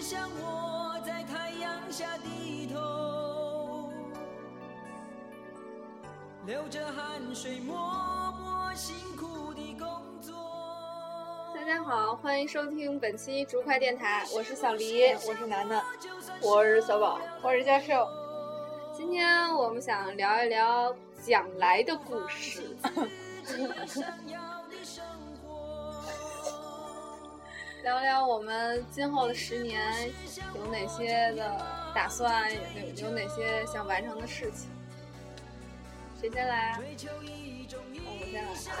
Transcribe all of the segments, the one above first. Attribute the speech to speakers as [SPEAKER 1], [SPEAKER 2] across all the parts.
[SPEAKER 1] 像我在太阳下低头，流着汗水，默默辛苦地工作。
[SPEAKER 2] 大家好，欢迎收听本期竹快电台，我是小黎，
[SPEAKER 3] 我是楠楠，
[SPEAKER 1] 我是
[SPEAKER 3] 小宝
[SPEAKER 2] 我是教授。今天我们想聊一聊将来的故事。 聊聊我们今后的十年有哪些的打算，有有哪些想完成的事情。谁先来啊？哦我先来。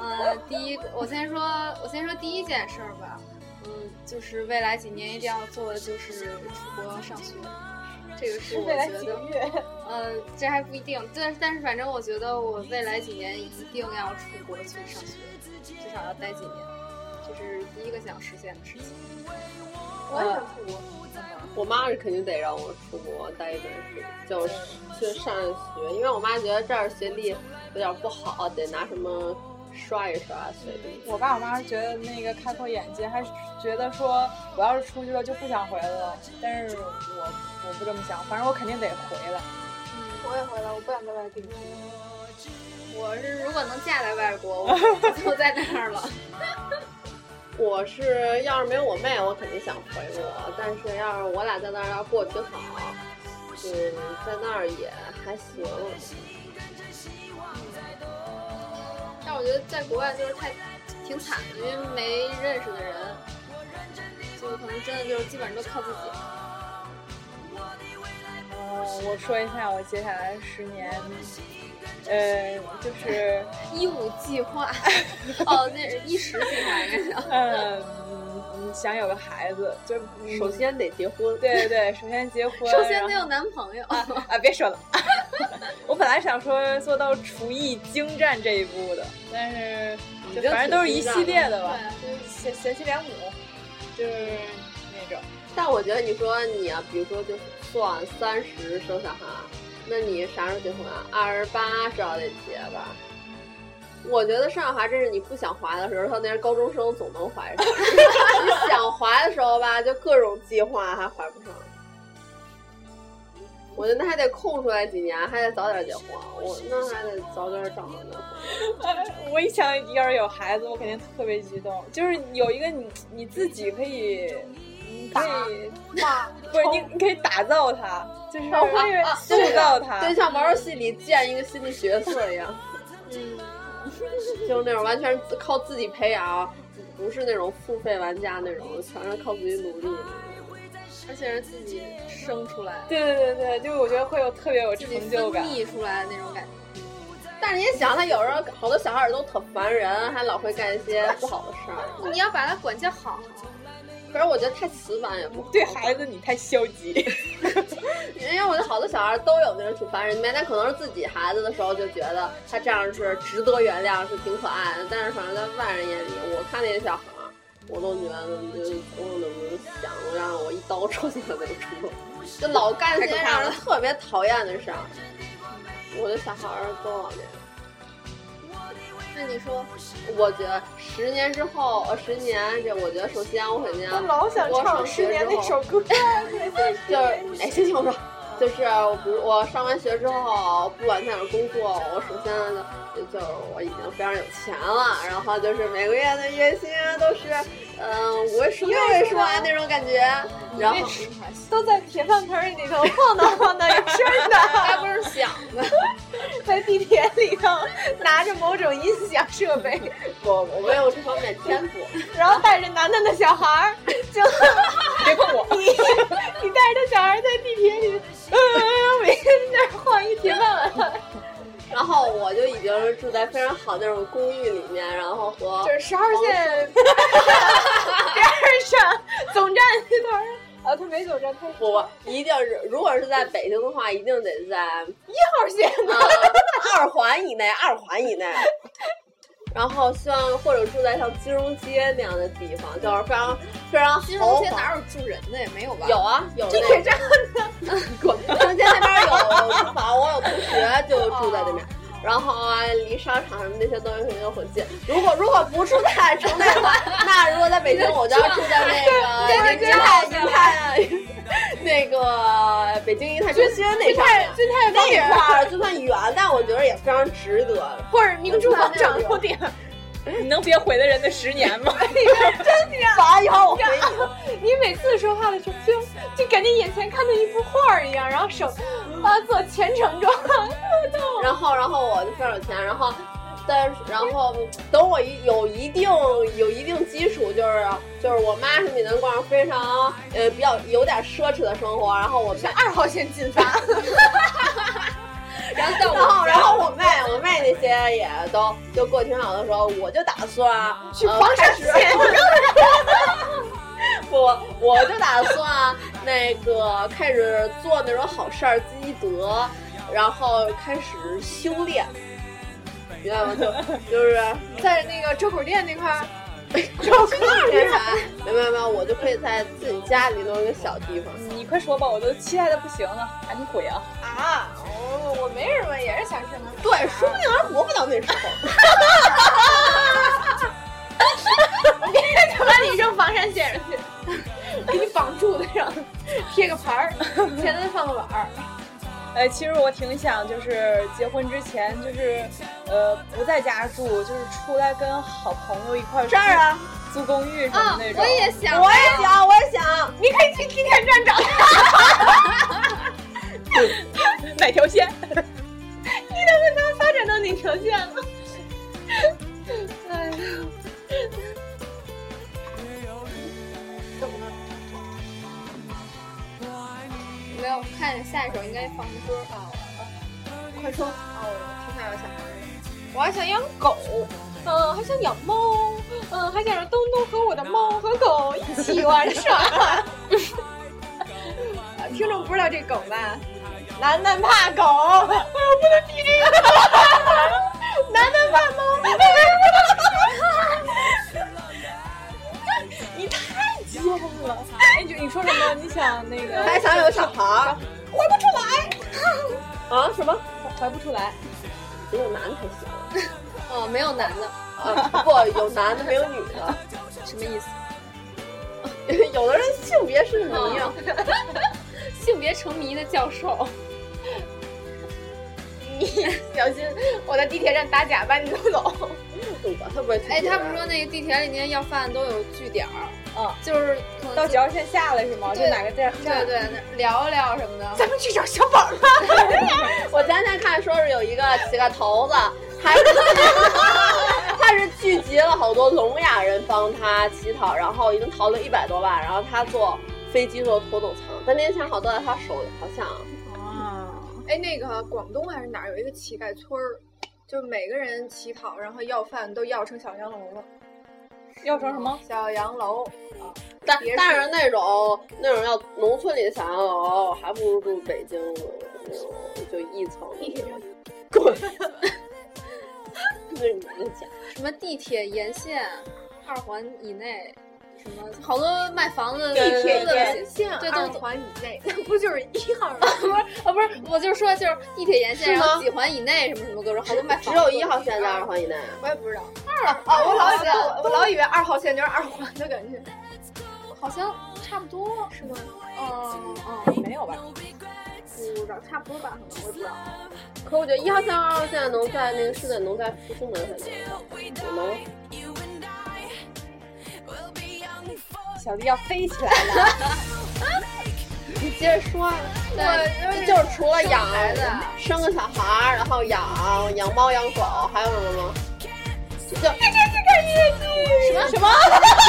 [SPEAKER 2] 呃，第一个，我先说，我先说第一件事儿吧。嗯，就是未来几年一定要做的就是出国上学，这个是我
[SPEAKER 3] 未来
[SPEAKER 2] 觉
[SPEAKER 3] 几
[SPEAKER 2] 得
[SPEAKER 3] 个，月，
[SPEAKER 2] 呃，这还不一定。但但是反正我觉得我未来几年一定要出国去上学，至少要待几年，这是第一个想实现的事情。呃
[SPEAKER 3] 我也想出国。
[SPEAKER 4] 我妈是肯定得让我出国待一段时间，就是去上学，因为我妈觉得这儿学历有点不好，得拿什么刷一刷学历。
[SPEAKER 3] 我爸我妈觉得那个开阔眼界，还觉得说我要是出去了就不想回来了。但是我我不这么想，反正我肯定得回来。
[SPEAKER 5] 我也回来，我不想在外地。
[SPEAKER 2] 我是如果能嫁在外国，我就在那儿了。
[SPEAKER 4] 我是要是没有我妹，我肯定想回国，但是要是我俩在那儿要过挺好，嗯，在那儿也还行。
[SPEAKER 2] 但我觉得在国外就是太挺惨的，因为没认识的人，就可能真的就是基本上都靠自己。
[SPEAKER 3] 呃，我说一下我接下来十年，呃，就是
[SPEAKER 2] 一五计划， 哦，那是一十计划应该叫。
[SPEAKER 3] 呃嗯，嗯想有个孩子，就是嗯
[SPEAKER 4] 首先得结婚，
[SPEAKER 3] 对对对，首先结婚，
[SPEAKER 2] 首先
[SPEAKER 3] 然
[SPEAKER 2] 得
[SPEAKER 3] 后
[SPEAKER 2] 有男朋友，
[SPEAKER 3] 啊，别说了， 我本来想说做到厨艺精湛这一步的，但是就反正都是一系列的吧，就是贤贤妻良母，就是那 种。
[SPEAKER 4] 但我觉得你说你啊，比如说就算三十生小孩，啊那你啥时候结婚啊？二十八至少得结吧。我觉得生小孩真是你不想怀的时候，他那些高中生总能怀上；你想怀的时候吧，就各种计划还怀不上。我觉得那还得空出来几年，还得早点结婚。我那还得早点找个男朋友。
[SPEAKER 3] 哎我一想要是有孩子，我肯定特别激动，就是有一个你你自己可以，你可以
[SPEAKER 5] 哇，
[SPEAKER 3] 不是你你可以打造他， 就是
[SPEAKER 4] 啊啊啊
[SPEAKER 3] 塑造他，
[SPEAKER 4] 对，像玩游戏里建一个新的角色一样，
[SPEAKER 2] 嗯，
[SPEAKER 4] 就是那种完全是靠自己培养，不是那种付费玩家那种，全是靠自己努力。
[SPEAKER 2] 而且是自己
[SPEAKER 3] 嗯
[SPEAKER 2] 生出来，
[SPEAKER 3] 对对对对，就是我觉得会有特别有
[SPEAKER 2] 自己
[SPEAKER 3] 成
[SPEAKER 2] 分
[SPEAKER 3] 就感。
[SPEAKER 2] 泌出来的那种感觉。
[SPEAKER 4] 但是你也想，他有时候好多小孩儿都特烦人，还老会干一些不好的事儿。
[SPEAKER 2] 你要把它管教好，
[SPEAKER 4] 可是我觉得太死板也不好。
[SPEAKER 3] 对孩子，你太消极。
[SPEAKER 4] 因为我觉得好多小孩都有那种挺烦人的面，但可能是自己孩子的时候就觉得他这样是值得原谅，是挺可爱的。但是反正在外人眼里，我看那些小孩儿，我都觉得就是我怎么想过让我一刀戳死他那个冲动，就老干那些让人特别讨厌的事儿。我的小孩儿都老那样。
[SPEAKER 2] 那你说，
[SPEAKER 4] 我觉得十年之后，呃，十年这，我觉得首先我肯定
[SPEAKER 3] 我老想唱《十年》那首 歌，
[SPEAKER 4] 就是，哎，先听我说，就是我比如我上完学之后，不管在哪儿工作，我首先就就是我已经非常有钱了，然后就是每个月的月薪啊都是嗯五位数六位数啊那种感觉，然后
[SPEAKER 3] 都在铁饭盆里头晃荡晃荡，有声儿
[SPEAKER 4] 还
[SPEAKER 3] 的，
[SPEAKER 4] 不是想的，
[SPEAKER 3] 在地铁里头拿着某种音响设备，
[SPEAKER 4] 我我没有这方面天赋，
[SPEAKER 3] 然后带着楠楠的小孩儿，就别碰我，你你带着小孩儿在地铁里，嗯、每天在那儿晃一铁饭碗，
[SPEAKER 4] 然后我就已经是住在非常好的那种公寓里面，然后和
[SPEAKER 3] 就是十二线 边上总站那头儿。啊，他没总站，他
[SPEAKER 4] 不不，一定是，如果是在北京的话，一定得在
[SPEAKER 3] 号线
[SPEAKER 4] 呃 二环以内，二环以内。然后希望或者住在像金融街那样的地方，就是非常非常
[SPEAKER 2] 金
[SPEAKER 4] 豪
[SPEAKER 2] 融街
[SPEAKER 4] 华
[SPEAKER 2] 哪有住人的也没有吧？
[SPEAKER 4] 有啊有
[SPEAKER 3] 地
[SPEAKER 4] 那
[SPEAKER 3] 铁站
[SPEAKER 2] 哦
[SPEAKER 4] 个金融街那边有有租房，我有同学就住在那边。然后啊，离商场什么那些东西肯定就很近。如果如果不住在城内的话，那如果在北京，我就要住在 那个银泰银泰啊 那个北京银泰中心那上面。
[SPEAKER 3] 这太棒
[SPEAKER 4] 那一
[SPEAKER 3] 了
[SPEAKER 4] 块儿就算远，但我觉得也非常值得。
[SPEAKER 3] 或者明珠广场有点。你能别毁了人的十年 吗？真的呀！
[SPEAKER 4] 完以后我回
[SPEAKER 6] 你每次说话的时候，就就感觉眼前看到一幅画儿一样，然后手
[SPEAKER 3] 嗯
[SPEAKER 6] 啊做全程啊状，
[SPEAKER 4] 然后，然后我就非常有钱，然后，但是，然后等我一有一定有一定基础，就是就是我妈是闽南逛上非常呃比较有点奢侈的生活，然后我妹，
[SPEAKER 3] 二号线进发，然后到
[SPEAKER 4] 然后
[SPEAKER 3] 我
[SPEAKER 4] 然后我妹我妹那些也都就过挺好的时候，我就打算去
[SPEAKER 3] 房山县
[SPEAKER 4] 不，我就打算那个开始做那种好事儿，积德，然后开始修炼，明白吗？ 就就是。
[SPEAKER 3] 在那个周口店那 块儿，
[SPEAKER 4] 就去那儿干啥？没有没有没有，我就可以在自己家里弄一个小地方。
[SPEAKER 3] 你快说吧，我都期待的不行了，赶紧毁啊！
[SPEAKER 4] 啊，
[SPEAKER 3] 我我没什么，也是想吃呢。
[SPEAKER 4] 对，说不定还活不到那时候。
[SPEAKER 3] 他把你扔房山县上去，给你绑柱子上，贴个 牌儿，前头放个碗儿。呃，其实我挺想，就是结婚之前，就是呃不在家住，就是出来跟好朋友一块儿这儿啊，租公寓什
[SPEAKER 2] 啊
[SPEAKER 3] 么
[SPEAKER 6] 啊
[SPEAKER 3] 那种。
[SPEAKER 1] 我也想，
[SPEAKER 4] 我也想，我也想，
[SPEAKER 3] 你可以去地铁站找他， 哪条线？你怎么能发展到哪条线了？哎，
[SPEAKER 1] 没有看着下一首应该放歌啊，哦
[SPEAKER 3] 快说！
[SPEAKER 6] 我还想养狗，嗯、
[SPEAKER 4] 呃
[SPEAKER 6] 还想养猫，嗯、还想让东东和我的猫和狗一起玩 耍。
[SPEAKER 4] 呃
[SPEAKER 3] 听众不知道这狗吧？楠楠怕狗，哎，我不能提这个。楠楠怕猫，哎我不能提。你太贱了！哎，你你说什么？你想那个
[SPEAKER 4] 还想有个小孩儿
[SPEAKER 3] 怀不出来，
[SPEAKER 4] 啊？什么？
[SPEAKER 3] 怀不出来。
[SPEAKER 4] 只有男的还行
[SPEAKER 1] 哦，没有男的，
[SPEAKER 4] 啊？不，有男的没有女的。
[SPEAKER 1] 什么意思？
[SPEAKER 4] 有的人性别是迷啊。
[SPEAKER 1] 性别成谜的教授，
[SPEAKER 3] 小心，我在地铁站打假把你弄走。
[SPEAKER 4] 不吧，他不会听。
[SPEAKER 1] 哎，他不是说那个地铁里面要饭都有据点儿，
[SPEAKER 3] 嗯，
[SPEAKER 1] 就是可能
[SPEAKER 3] 到几号线下了是吗？就
[SPEAKER 1] 对
[SPEAKER 3] 哪个站？
[SPEAKER 1] 对对，那聊一聊什么的，
[SPEAKER 3] 咱们去找小宝吧。
[SPEAKER 4] 我前天看说是有一个乞丐头子，他是他是聚集了好多聋哑人帮他乞讨，然后已经逃了一百多万，然后他坐飞机坐头等舱，但那些钱好像都在他手里，好像
[SPEAKER 3] 啊
[SPEAKER 2] 哎，那个广东还是哪儿有一个乞丐村儿，就是每个人乞讨，然后要饭都要成小洋楼了。
[SPEAKER 3] 要成什么？
[SPEAKER 2] 小洋楼，
[SPEAKER 4] 但
[SPEAKER 2] 别说
[SPEAKER 4] 但是那种那种要农村里的小洋楼，还不如住北京那种就一 层那种，滚！那你的家
[SPEAKER 1] 什么地铁沿线二环以内，什么好多卖房子
[SPEAKER 3] 对对对
[SPEAKER 1] 租的
[SPEAKER 3] 沿
[SPEAKER 2] 线
[SPEAKER 1] 对
[SPEAKER 2] 二
[SPEAKER 1] 都
[SPEAKER 2] 环以内，那不就是一号楼？
[SPEAKER 1] 啊， 不是，我就是说，就是地铁沿线，
[SPEAKER 4] 是
[SPEAKER 1] 然
[SPEAKER 4] 吗
[SPEAKER 1] 后几环以内什么什么各种，好多卖
[SPEAKER 4] 只
[SPEAKER 1] 房
[SPEAKER 4] 有
[SPEAKER 1] 子
[SPEAKER 4] 一号线在二环以内，
[SPEAKER 2] 我也不知道，
[SPEAKER 4] 啊，我
[SPEAKER 2] 老以为我老以为二号线就是二环的感觉。
[SPEAKER 1] 好像差不多是吗？
[SPEAKER 3] 哦
[SPEAKER 1] 嗯嗯，
[SPEAKER 3] 没有吧？
[SPEAKER 2] 不知道，差不多吧，可能我也不知道。
[SPEAKER 4] 可我觉得一号线、二号线能在那个市内能在复兴南才能，能吗？
[SPEAKER 3] 小弟要飞起来了。
[SPEAKER 4] 你接着说啊。
[SPEAKER 1] 对，
[SPEAKER 4] 对，就是除了养
[SPEAKER 1] 孩子
[SPEAKER 4] 生个小孩儿，然后养养猫养狗，还有什么吗？就
[SPEAKER 1] 什么什么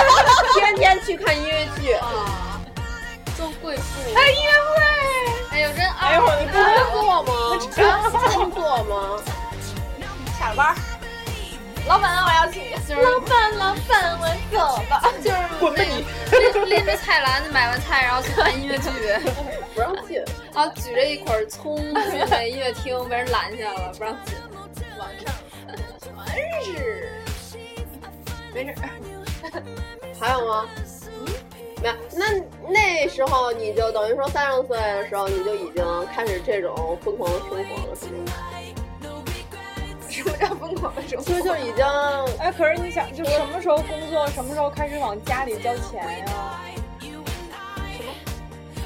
[SPEAKER 4] 天天去看音乐剧，
[SPEAKER 1] 啊？做贵妇，哎，约会，哎呦，真
[SPEAKER 3] 哎呦，你
[SPEAKER 1] 二，
[SPEAKER 3] 不
[SPEAKER 4] 工作吗？工作吗？
[SPEAKER 3] 下班。老板，我要去。
[SPEAKER 1] 就是老板老板，我走吧， 就是
[SPEAKER 3] 滚吧你
[SPEAKER 1] 那个拎拎着菜篮子买完菜，然后去看音乐剧，
[SPEAKER 4] 不让进。
[SPEAKER 1] 然后举着一捆葱去那音乐厅，被人拦下了，不让进。
[SPEAKER 4] 还有吗？没有，那那时候你就等于说三十岁的时候，你就已经开始这种疯狂的生活了，是吗？
[SPEAKER 2] 什么叫疯狂的生活？
[SPEAKER 4] 就就已经
[SPEAKER 3] 哎，可是你想，就什么时候工作，什么时候开始往家里交钱呀、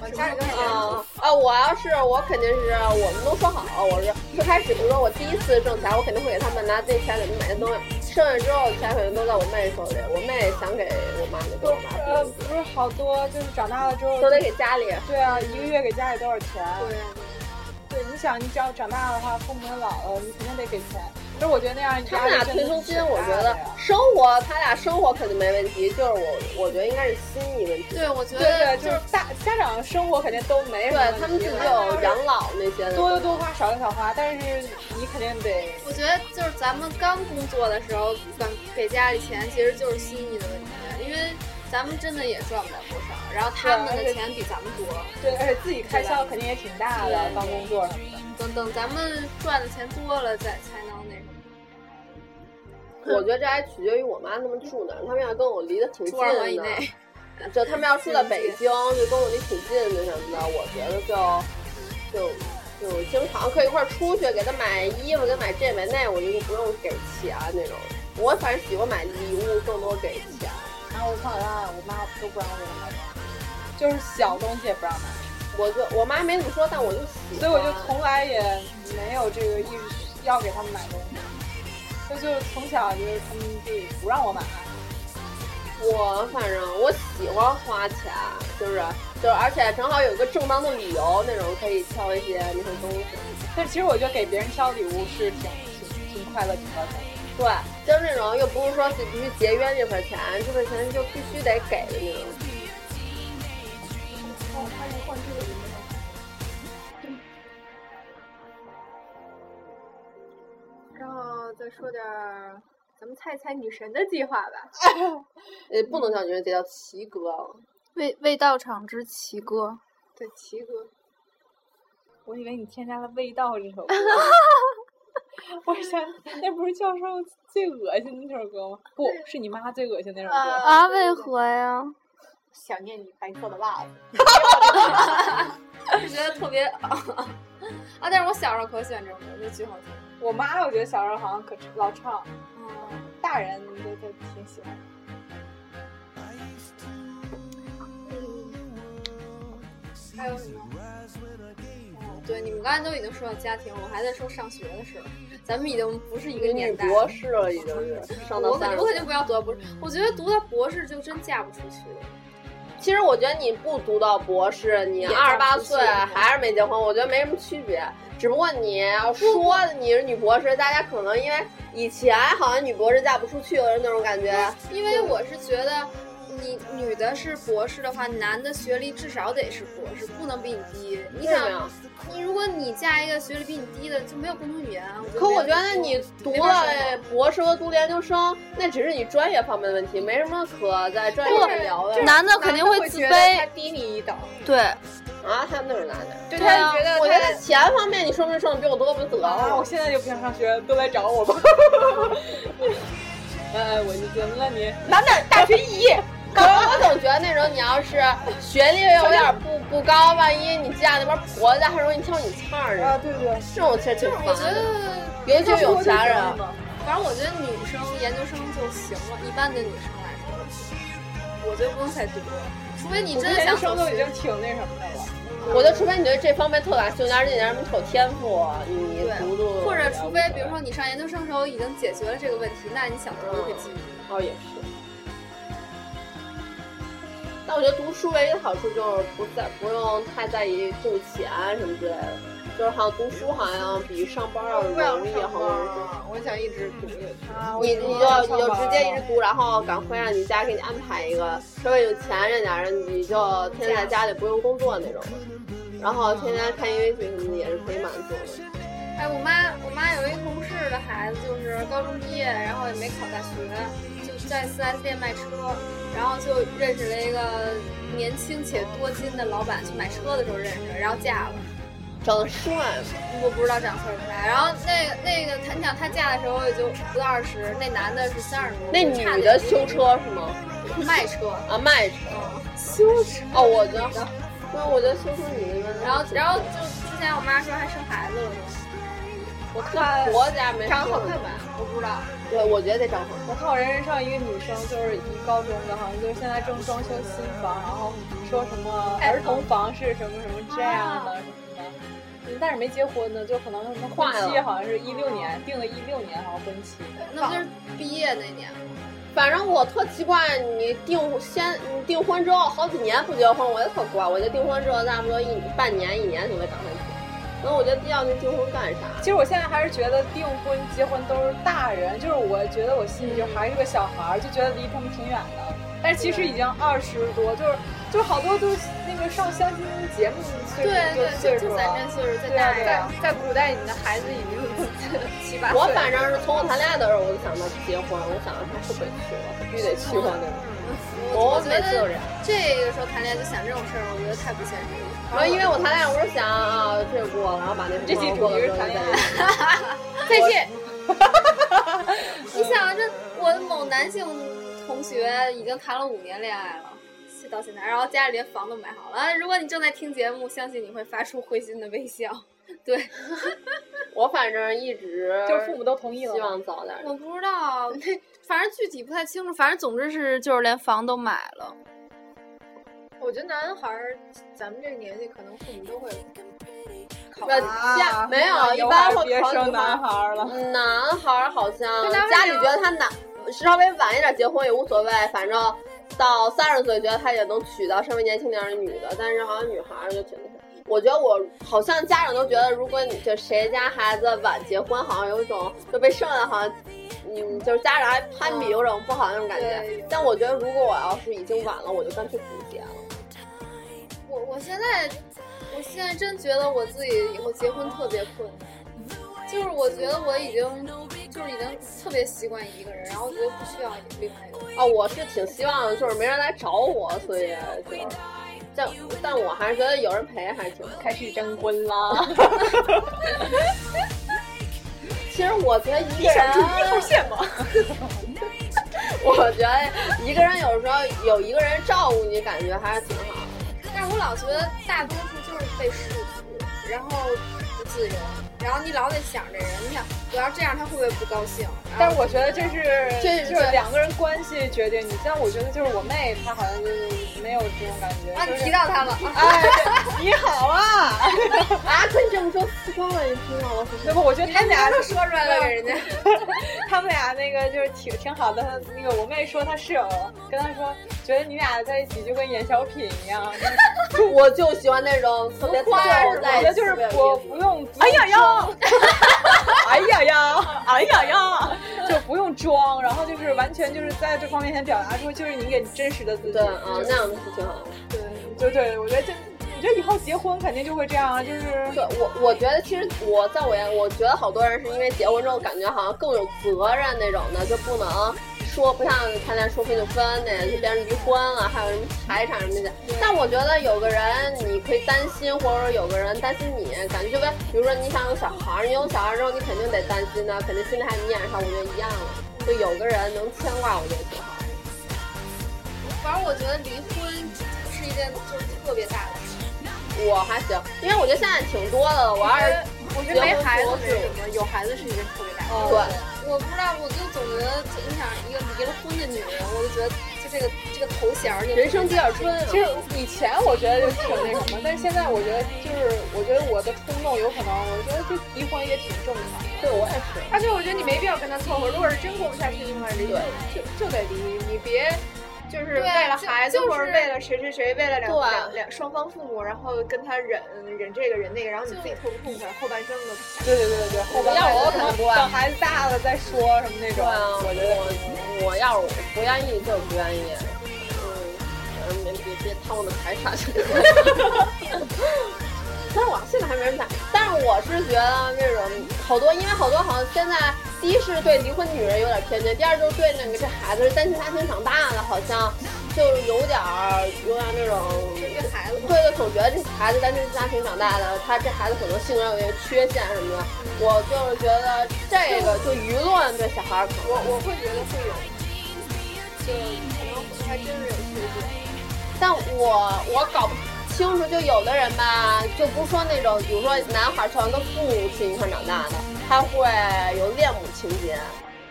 [SPEAKER 2] 往家里干
[SPEAKER 4] 啊啊！我要是我肯定是我们都说好，我是最开始，比如说我第一次挣钱，我肯定会给他们拿这钱给他们买些东西，剩下之后钱肯定都在我妹手里，我妹想给我妈就给我妈
[SPEAKER 3] 呃，，不是好多，就是长大了之后
[SPEAKER 4] 都得给家里。
[SPEAKER 3] 对啊，一个月给家里多少钱？
[SPEAKER 2] 对啊，
[SPEAKER 3] 对，你想，你只要长大的话，父母也老了，你肯定得给钱。可是我觉得那样
[SPEAKER 4] 他们俩退休金，我觉得生活，他俩生活肯定没问题，就是我，我觉得应该是心理问题。
[SPEAKER 2] 对，我觉
[SPEAKER 3] 对
[SPEAKER 2] 得
[SPEAKER 3] 对，就是大家长生活肯定都没什么
[SPEAKER 4] 对
[SPEAKER 3] 问题，
[SPEAKER 4] 他们自己有养老那些的，
[SPEAKER 3] 多的多花，少的少花，但是你肯定得
[SPEAKER 2] 我觉得就是咱们刚工作的时候，咱给家里钱其实就是心意的问题，因为咱们真的也赚不了多少，然后他们
[SPEAKER 1] 啊
[SPEAKER 2] 的钱比咱们多。
[SPEAKER 3] 对，而且自己开销肯定也挺大的，刚工作什么的。
[SPEAKER 2] 等等，咱们赚的钱多了，再才能那什么。
[SPEAKER 4] 我觉得这还取决于我妈他们住哪儿，他们要跟我离得挺近
[SPEAKER 2] 住二环以
[SPEAKER 4] 的，
[SPEAKER 2] 内，
[SPEAKER 4] 就他们要 住在北京，就跟我离挺近的什么的，我觉得就就就经常可以一块儿出去，给他买衣服，给他买这买那，我就不用给钱啊那种。我反正喜欢买礼物，更多给钱。
[SPEAKER 3] 然啊后我从小到大，我妈都不让我买东西，就是小东西也不让买，
[SPEAKER 4] 我就我妈没怎么说，但我就喜欢。
[SPEAKER 3] 所以我就从来也没有这个意识要给他们买东西。这就是从小就是他们就不让我买，
[SPEAKER 4] 我反正我喜欢花钱，就是就是，而且正好有一个正当的理由，那种可以挑一些那些东西。
[SPEAKER 3] 但其实我觉得给别人挑礼物是挺挺挺快乐、挺高兴的。
[SPEAKER 4] 对，就是那种又不是说必须节约这份钱，这份钱就必须得给的那种。
[SPEAKER 2] 然后再说点儿，咱们猜一猜女神的计划吧。
[SPEAKER 4] 呃，不能叫女人节，叫奇哥了。
[SPEAKER 6] 未未到场之奇哥，
[SPEAKER 2] 对，奇哥，
[SPEAKER 3] 我以为你添加了《味道》这 首歌，我想那不是教授最恶心的那首歌吗？不是你妈最恶心的那首歌。
[SPEAKER 6] 啊，为何呀？
[SPEAKER 3] 想念你白色的袜子。
[SPEAKER 2] 我就觉得特别 啊，但是我小时候可喜欢这首歌，就巨好听。
[SPEAKER 3] 我妈我觉得小时候好像可老唱，
[SPEAKER 2] 嗯，
[SPEAKER 3] 大人都都挺喜欢。
[SPEAKER 2] 还有什么？哦，对，你们刚才都已经说到家庭，我还在说上学的事儿。咱们已经不是一个
[SPEAKER 4] 女
[SPEAKER 2] 年代了。
[SPEAKER 4] 博士了，已经是上到
[SPEAKER 2] 我
[SPEAKER 4] 三
[SPEAKER 2] 肯
[SPEAKER 4] 十
[SPEAKER 2] 我肯定
[SPEAKER 4] 岁。
[SPEAKER 2] 不要读到博士，我觉得读到博士就真嫁不出去。
[SPEAKER 4] 其实我觉得你不读到博士，你
[SPEAKER 2] 也
[SPEAKER 4] 二十八
[SPEAKER 2] 不是
[SPEAKER 4] 岁还是没结婚，我觉得没什么区别。只不过你要说你是女博士，大家可能因为以前好像女博士嫁不出去了那种感觉，
[SPEAKER 2] 因为我是觉得，你女的是博士的话，男的学历至少得是博士，不能比你低。你
[SPEAKER 4] 为什么
[SPEAKER 2] 想
[SPEAKER 4] 呀，
[SPEAKER 2] 你如果你嫁一个学历比你低的，就没有共同语言啊。就
[SPEAKER 4] 可我
[SPEAKER 2] 没
[SPEAKER 4] 觉
[SPEAKER 2] 有
[SPEAKER 4] 得你读
[SPEAKER 2] 没法
[SPEAKER 4] 了哎博士和读了研究生，那只是你专业方面的问题，没什么可在专业上聊的
[SPEAKER 6] 男的肯定会自卑，
[SPEAKER 3] 低你一等。
[SPEAKER 6] 对，
[SPEAKER 4] 啊。他们那是男的，
[SPEAKER 3] 对
[SPEAKER 6] 对
[SPEAKER 3] 他
[SPEAKER 6] 啊
[SPEAKER 3] 就觉得
[SPEAKER 4] 我觉
[SPEAKER 3] 他
[SPEAKER 4] 得钱方面你说明挣的比我多不就得
[SPEAKER 3] 啊，
[SPEAKER 4] 了
[SPEAKER 3] 我？现在就不想上学，都来找我吧。 呃，我就怎么了你？
[SPEAKER 4] 男的大学一。 我总觉得那种你要是学历又有点不不高，万一你嫁那边婆家，还容易挑你刺儿呢。
[SPEAKER 3] 对对，
[SPEAKER 4] 这种其实挺烦
[SPEAKER 2] 我觉得
[SPEAKER 4] 的，，尤其是有钱人。
[SPEAKER 2] 反正我觉得女生研究生就行了，一般的女生来说，我觉得不用太多，除非你
[SPEAKER 3] 我
[SPEAKER 2] 真
[SPEAKER 3] 们
[SPEAKER 2] 的想
[SPEAKER 3] 研究
[SPEAKER 2] 走
[SPEAKER 3] 生都已
[SPEAKER 2] 学
[SPEAKER 3] 经挺那什么的了。
[SPEAKER 4] 我觉得，除非你对这方面特感兴趣，而且你什么特有天赋，你
[SPEAKER 2] 对
[SPEAKER 4] 读读
[SPEAKER 2] 或者除非比如说你上研究生的时候已经解决了这个问题，那你想读就会继续。
[SPEAKER 4] 哦，也是。但我觉得读书唯一的好处就是不在不用太在意挣钱什么之类的，就是好像读书好像比上班要容易，好像。
[SPEAKER 2] 我想一直读
[SPEAKER 3] 啊，
[SPEAKER 4] 你你就你就直接一直读，然后赶快让你家给你安排一个稍微有钱一点儿的，你就天天在家里不用工作那种，然后天天看音乐剧什么的也是可以满足的。
[SPEAKER 2] 哎，我妈我妈有一同事的孩子，就是高中毕业，然后也没考大学，就在 4S 店卖车，然后就认识了一个年轻且多金的老板，去买车的时候认识，然后嫁了。
[SPEAKER 4] 长得帅吗，
[SPEAKER 2] 我不知道长岁数大，然后那个那个，你想她嫁的时候也就不到二十，那男的是三十多，
[SPEAKER 4] 那
[SPEAKER 2] 就差
[SPEAKER 4] 女
[SPEAKER 2] 那
[SPEAKER 4] 的修车是吗？
[SPEAKER 2] 卖车，
[SPEAKER 4] 啊，卖车。
[SPEAKER 2] 修车。
[SPEAKER 4] 哦，我觉得，对，我觉得修车女的一般都是。
[SPEAKER 2] 然后然后就之前我妈说还生孩子了呢，
[SPEAKER 3] 我看
[SPEAKER 4] 国家没
[SPEAKER 2] 长得好看吧？我不知道。
[SPEAKER 4] 对，我觉得得长好看。
[SPEAKER 3] 我看我认识上一个女生，就是一高中的，好像就是现在正装修新房，然后说什么
[SPEAKER 2] 哎
[SPEAKER 3] 儿童房是什么什么这样的
[SPEAKER 2] 啊
[SPEAKER 3] 什么的，嗯但是没结婚呢，就可能什么婚期好像是一六年定的，一六年好像婚期。
[SPEAKER 2] 那不就是毕业那年吗？
[SPEAKER 4] 反正我特奇怪，你订先你订婚之后好几年不结婚，我也特怪，我觉得订婚之后差不多一半年一年就得赶快结。那我觉得要那订婚干啥？
[SPEAKER 3] 其实我现在还是觉得订婚、结婚都是大人，就是我觉得我心里就还是个小孩儿，就觉得离他们挺远的。但是其实已经二十多，就是就是好多就是那个上相亲节目岁数
[SPEAKER 2] 对
[SPEAKER 3] 就岁
[SPEAKER 2] 对，就
[SPEAKER 3] 数
[SPEAKER 2] 咱这
[SPEAKER 3] 了，
[SPEAKER 2] 岁数再
[SPEAKER 3] 对
[SPEAKER 2] 大
[SPEAKER 3] 啊
[SPEAKER 2] 一
[SPEAKER 3] 对
[SPEAKER 2] 点
[SPEAKER 3] 啊，，
[SPEAKER 6] 在古代，你的孩子已经七八岁。
[SPEAKER 4] 我反正是从我谈恋爱的时候我就想到结婚，我想到他会不会娶我，必须得娶我那种。
[SPEAKER 2] 我
[SPEAKER 4] 我
[SPEAKER 2] 我觉
[SPEAKER 4] 每次都
[SPEAKER 2] 得
[SPEAKER 4] 这样。
[SPEAKER 2] 这个时候谈恋爱就想这种事儿，我觉得太不现实了。
[SPEAKER 4] 然后因为我谈恋爱，我是想啊这个过了，然后把那
[SPEAKER 3] 这期主
[SPEAKER 4] 过
[SPEAKER 3] 题
[SPEAKER 4] 了之后
[SPEAKER 3] 是啊谈恋
[SPEAKER 4] 再
[SPEAKER 3] 爱。
[SPEAKER 2] 再见。你想，啊这我的某男性同学已经谈了五年恋爱了，到现在，然后家里连房都买好了。啊如果你正在听节目，相信你会发出会心的微笑。对
[SPEAKER 4] 我反正一直
[SPEAKER 3] 就是父母都同意了
[SPEAKER 4] 希
[SPEAKER 3] 吗。
[SPEAKER 4] 望早点。
[SPEAKER 2] 我不知道，反正具体不太清楚，反正总之是就是连房都买了。
[SPEAKER 6] 我觉得男孩儿，咱们这个年纪，可能父母都会考
[SPEAKER 4] 那
[SPEAKER 6] 虑。
[SPEAKER 3] 啊
[SPEAKER 4] 家没有，一
[SPEAKER 3] 以后
[SPEAKER 4] 般
[SPEAKER 3] 还是
[SPEAKER 4] 会
[SPEAKER 3] 别
[SPEAKER 4] 考虑
[SPEAKER 3] 生男孩 儿了。
[SPEAKER 4] 男孩儿好像
[SPEAKER 2] 就男孩儿
[SPEAKER 4] 家里觉得他男稍微晚一点结婚也无所谓，反正到三十岁觉得他也能娶到稍微年轻点儿的女的，但是好像女孩儿就觉得。我觉得我好像家长都觉得，如果你就谁家孩子晚结婚，好像有一种就被剩下，好像，嗯，就是家长还攀
[SPEAKER 3] 嗯
[SPEAKER 4] 比，有种不好那种感觉
[SPEAKER 2] 对。
[SPEAKER 4] 但我觉得，如果我要是已经晚了，我就干脆不结了。
[SPEAKER 2] 我我现在，我现在真觉得我自己以后结婚特别困难，就是我觉得我已经就是已经特别习惯一个人，然后觉得不需要另外一个人。
[SPEAKER 4] 啊，我是挺希望就是没人来找我，所以就是，但但我还是觉得有人陪还挺好。
[SPEAKER 3] 开始征婚啦！
[SPEAKER 4] 其实我觉得一个人，
[SPEAKER 3] 线吗？
[SPEAKER 4] 我觉得一个人有时候有一个人照顾你，感觉还是挺好。
[SPEAKER 2] 但是我老觉得大多数就是被束缚，然后不自由，然后你老得想这人，你想我要这样他会不会不高兴？
[SPEAKER 3] 但
[SPEAKER 2] 然
[SPEAKER 3] 是
[SPEAKER 2] 后
[SPEAKER 3] 我觉得这是
[SPEAKER 4] 这
[SPEAKER 3] 就是两个人关系决定。你像我觉得就是我妹，她好像就是没有这种感觉。
[SPEAKER 2] 啊，
[SPEAKER 3] 就
[SPEAKER 2] 你
[SPEAKER 3] 是
[SPEAKER 2] 提到他了，啊
[SPEAKER 3] 哎，你好啊！
[SPEAKER 4] 啊，可以这么说，四川话也挺好的。
[SPEAKER 3] 对不？我觉得他们俩
[SPEAKER 2] 都说出来了给 人家。
[SPEAKER 3] 他们俩那个就是挺挺好的。他那个我妹说她室友跟她说，觉得你俩在一起就跟演小品一样，
[SPEAKER 4] 我就喜欢那种特别自
[SPEAKER 3] 我
[SPEAKER 4] 由在
[SPEAKER 3] 觉
[SPEAKER 4] 一
[SPEAKER 3] 得
[SPEAKER 4] 起，
[SPEAKER 3] 就是
[SPEAKER 4] 特别有
[SPEAKER 3] 我
[SPEAKER 4] 意思
[SPEAKER 3] 不用。哎呀呀！ 哎呀呀！哎呀呀！就不用装，然后就是完全就是在这方面先表达出就是你给真实的自己。
[SPEAKER 4] 对啊，那样子挺好的。
[SPEAKER 3] 对对，我觉得这，我觉得以后结婚肯定就会这样，就是
[SPEAKER 4] 对我，我觉得其实我在我眼，我觉得好多人是因为结婚之后感觉好像更有责任那种的，就不能说不像谈恋爱说分就分那样，就变成离婚了，还有什么财产什么的。但我觉得有个人你可以担心，或者说有个人担心你，感觉就跟比如说你想有小孩儿，你有小孩儿之后你肯定得担心呢，肯定心里还念上，我觉得一样的。就有个人能牵挂，我觉得挺好。
[SPEAKER 2] 反正我觉得离婚是一件就是特别大的事，
[SPEAKER 4] 我还行，因为我觉得现在挺多的了。我要是
[SPEAKER 2] 我觉
[SPEAKER 4] 得
[SPEAKER 2] 得
[SPEAKER 4] 没
[SPEAKER 2] 没
[SPEAKER 4] 孩
[SPEAKER 2] 孩
[SPEAKER 4] 子
[SPEAKER 2] 子没
[SPEAKER 4] 没什
[SPEAKER 2] 什么，有孩子是一件特别大的事。
[SPEAKER 4] 哦对，
[SPEAKER 2] 我不知道，我就总觉得，你想一个离了婚的女人，我就觉得就这个这个头衔儿就
[SPEAKER 4] 人生几点春啊
[SPEAKER 3] 其实以前我觉得就挺那什么，但是现在我觉得就是，我觉得我的冲动有可能，我觉得就离婚也挺正常的。
[SPEAKER 4] 对我也是。
[SPEAKER 6] 而且我觉得你没必要跟他凑合，如果是真过不下去，就该离，就就得离，你别就是
[SPEAKER 2] 对
[SPEAKER 6] 为了孩子，
[SPEAKER 2] 就
[SPEAKER 6] 或者
[SPEAKER 2] 就是
[SPEAKER 6] 为了谁谁谁，为了两
[SPEAKER 4] 对
[SPEAKER 6] 两两双方父母，然后跟他忍忍这个忍那个，然后你自己痛不痛快，后半生都。
[SPEAKER 3] 对对对对对，后半
[SPEAKER 4] 要我
[SPEAKER 3] 我
[SPEAKER 4] 可
[SPEAKER 3] 可
[SPEAKER 4] 能
[SPEAKER 3] 能
[SPEAKER 4] 不爱
[SPEAKER 3] 等孩子大了再说什么那
[SPEAKER 4] 对
[SPEAKER 3] 种。
[SPEAKER 4] 啊，
[SPEAKER 3] 我觉得
[SPEAKER 4] 我我要是不愿意就不愿意，嗯，别别别贪我的财 产就可以了。但是我现在还没人买，但是我是觉得那种好多，因为好多好像现在，第一是对离婚女人有点偏见，第二就是对那个这孩子是单亲家庭长大的，好像就是有点儿有点儿那种
[SPEAKER 2] 这孩子。
[SPEAKER 4] 对对，总觉得这孩子单亲家庭长大的，他这孩子可能性格有些缺陷什么的。
[SPEAKER 6] 嗯
[SPEAKER 4] 我就是觉得这个就舆论对小孩儿可能，
[SPEAKER 6] 我我会觉得会有，就可能还真是有区别。
[SPEAKER 4] 但我我搞不清楚，就有的人吧，就不说那种，比如说男孩儿从小跟父亲一块儿长大的，他会有恋母情节。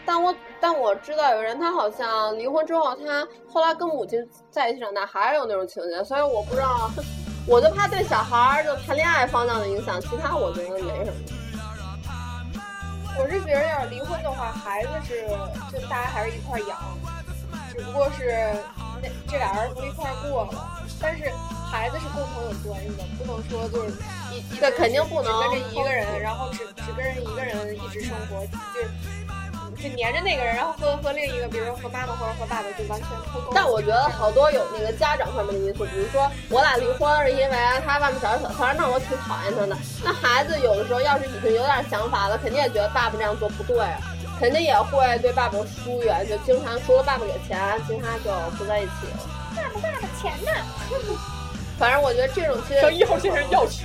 [SPEAKER 4] 但我但我知道有人，他好像离婚之后，他后来跟母亲在一起长大，还是有那种情节，所以我不知道，我就怕对小孩儿就谈恋爱方向的影响，其他我觉得没什么。
[SPEAKER 2] 我是觉得要是离婚的话，孩子是就大家还是一块儿养，只不过是那这俩人不一块儿过了，但是孩子是共同有关系的，不能说就是一一
[SPEAKER 4] 对
[SPEAKER 2] 个人
[SPEAKER 4] 肯定不能
[SPEAKER 2] 只跟着一个人，然后只只跟着一个人一直生活，就是就黏着那个人，然后和和另一个，比如说和妈妈或者和爸爸就完全脱钩。
[SPEAKER 4] 但我觉得好多有那个家长上面的因素，比如说我俩离婚是因为他外面找一小三儿，那我挺讨厌他的。那孩子有的时候要是已经有点想法了，肯定也觉得爸爸这样做不对，啊肯定也会对爸爸疏远，就经常除了爸爸给钱，其他就不在一起了。爸爸爸爸钱呢？反正我觉得这种其实
[SPEAKER 3] 向一号先生要去。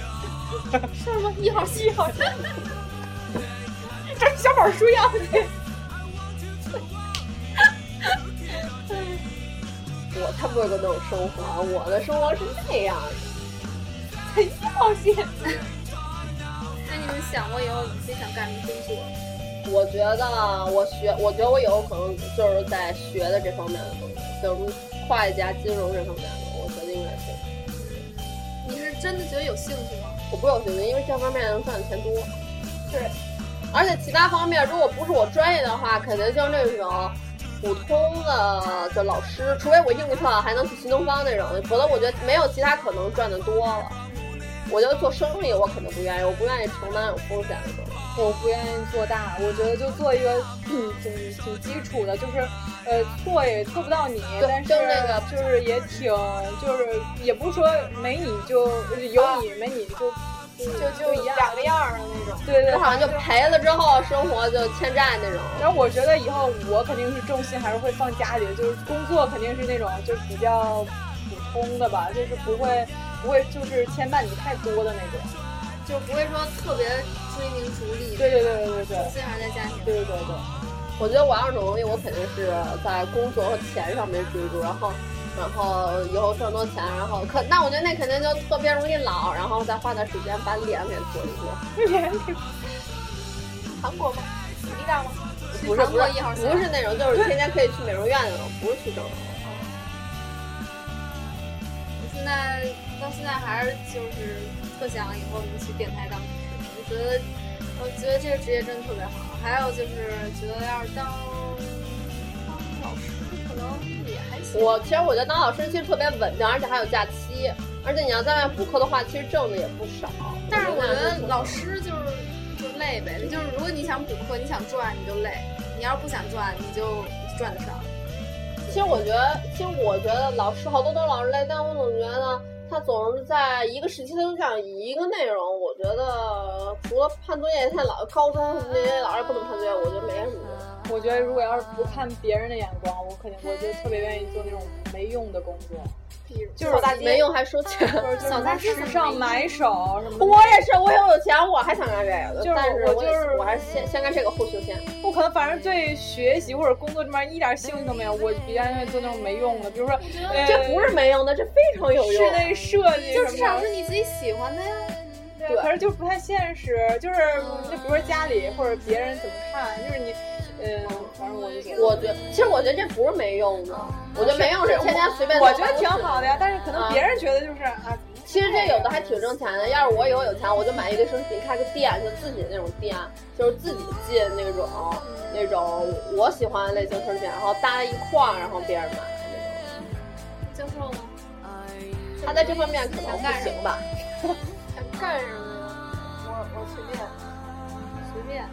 [SPEAKER 4] 我才不会过那种生活，我的生活是这样的。
[SPEAKER 1] 那你们想过以后自己想干什么工作？
[SPEAKER 4] 我觉得我学，我觉得我以后可能就是在学的这方面的东西，就是会计啊、金融这方面的，我觉得应该是。
[SPEAKER 1] 你是真的觉得有兴趣吗？
[SPEAKER 4] 我不有兴趣，因为这方面能赚的钱多。对，而且其他方面如果不是我专业的话，肯定像这种普通的就老师，除非我应聘了还能去新东方那种，否则我觉得没有其他可能赚的多了。我觉得做生意我肯定不愿意，我不愿意承担有风险的东西。
[SPEAKER 3] 我不愿意做大，我觉得就做一个，嗯，就是挺基础的，就是，呃，错也错不到你，
[SPEAKER 4] 对
[SPEAKER 3] 但是
[SPEAKER 4] 就是那个
[SPEAKER 3] 就是也挺，就是也不是说没你就有你、没你就
[SPEAKER 2] 啊就
[SPEAKER 3] 就
[SPEAKER 2] 就
[SPEAKER 3] 一样，
[SPEAKER 2] 两个样儿的那种。
[SPEAKER 3] 对对
[SPEAKER 4] 我。好像就赔了之后生活就欠债那种。
[SPEAKER 3] 然后我觉得以后我肯定是重心还是会放家里，就是工作肯定是那种就是比较普通的吧，就是不会不会就是牵绊你太多的那种。
[SPEAKER 1] 就不会说特别追名逐利，
[SPEAKER 3] 对对对对对对
[SPEAKER 1] 心还是在家庭。
[SPEAKER 3] 对对对对，
[SPEAKER 4] 我觉得我要是努力，我肯定是在工作和钱上面追逐，然后，然后以后赚多钱，然后可那我觉得那肯定就特别容易老，然后再花点时间把脸给做一做。
[SPEAKER 2] 韩国吗？离大吗？
[SPEAKER 4] 不是
[SPEAKER 1] 韩
[SPEAKER 4] 不
[SPEAKER 1] 国
[SPEAKER 4] 是
[SPEAKER 1] 一号线
[SPEAKER 4] 不是那种，就是天天可以去美容院那种，不是去整容。
[SPEAKER 1] 现在到现在还是就是特想以后能去电台当主持人，我觉得我觉得这个职业真的特别好。还有就是觉得要是当当老师，可能也还行。
[SPEAKER 4] 我其实我觉得当老师其实特别稳定，而且还有假期，而且你要在外补课的话，其实挣的也不少。
[SPEAKER 1] 但是我觉得老
[SPEAKER 4] 师
[SPEAKER 1] 师就是就累呗，就是如果你想补课，你想赚你就累；你要是不想赚，你就赚的少。
[SPEAKER 4] 其实我觉得，其实我觉得老师好多都是老师类，但我总觉得他总是在一个时期，他就讲一个内容。我觉得除了判作业，他老高中那些老师不能判作业，我觉得没什么用。
[SPEAKER 3] 我觉得如果要是不看别人的眼光，我肯定我就特别愿意做那种没用的工作，就是
[SPEAKER 4] 扫大街没用还收钱。
[SPEAKER 3] 就是就是
[SPEAKER 1] 扫大街
[SPEAKER 3] 时尚买手什么的。
[SPEAKER 4] 我也是，我有有钱，我还想干这个，
[SPEAKER 3] 就是
[SPEAKER 4] 但是
[SPEAKER 3] 我
[SPEAKER 4] 我
[SPEAKER 3] 就是
[SPEAKER 4] 我还是先先干这个后修仙。
[SPEAKER 3] 不可能，反正对学习或者工作这边一点兴趣都没有，我比较愿意做那种没用的，比如说，呃、
[SPEAKER 4] 这不是没用的，这非常有用啊
[SPEAKER 3] 室。内设计什
[SPEAKER 1] 就
[SPEAKER 3] 么
[SPEAKER 1] 至
[SPEAKER 3] 的，
[SPEAKER 1] 少是你自己喜欢的呀。
[SPEAKER 3] 对，
[SPEAKER 4] 对嗯
[SPEAKER 3] 可是就不太现实，就是就比如说家里或者别人怎么看，就是你，呃，反正我就觉得，
[SPEAKER 4] 我觉得，其实我觉得这不是没用的，我觉得没用是天天随便。
[SPEAKER 3] 我觉得挺好的。呀，但是可能别人觉得就是啊，
[SPEAKER 4] 其实这有的还挺挣钱的，要是我以后有钱，我就买一个升级，开个店，就自己那种店，就是自己进那种
[SPEAKER 3] 嗯
[SPEAKER 4] 那种我喜欢的类型生产，然后搭在一块儿，然后别人买那
[SPEAKER 1] 教授呢？
[SPEAKER 4] 种。他在这方面可能不行吧？
[SPEAKER 2] 想干什么呀？我我随便。
[SPEAKER 1] 随便。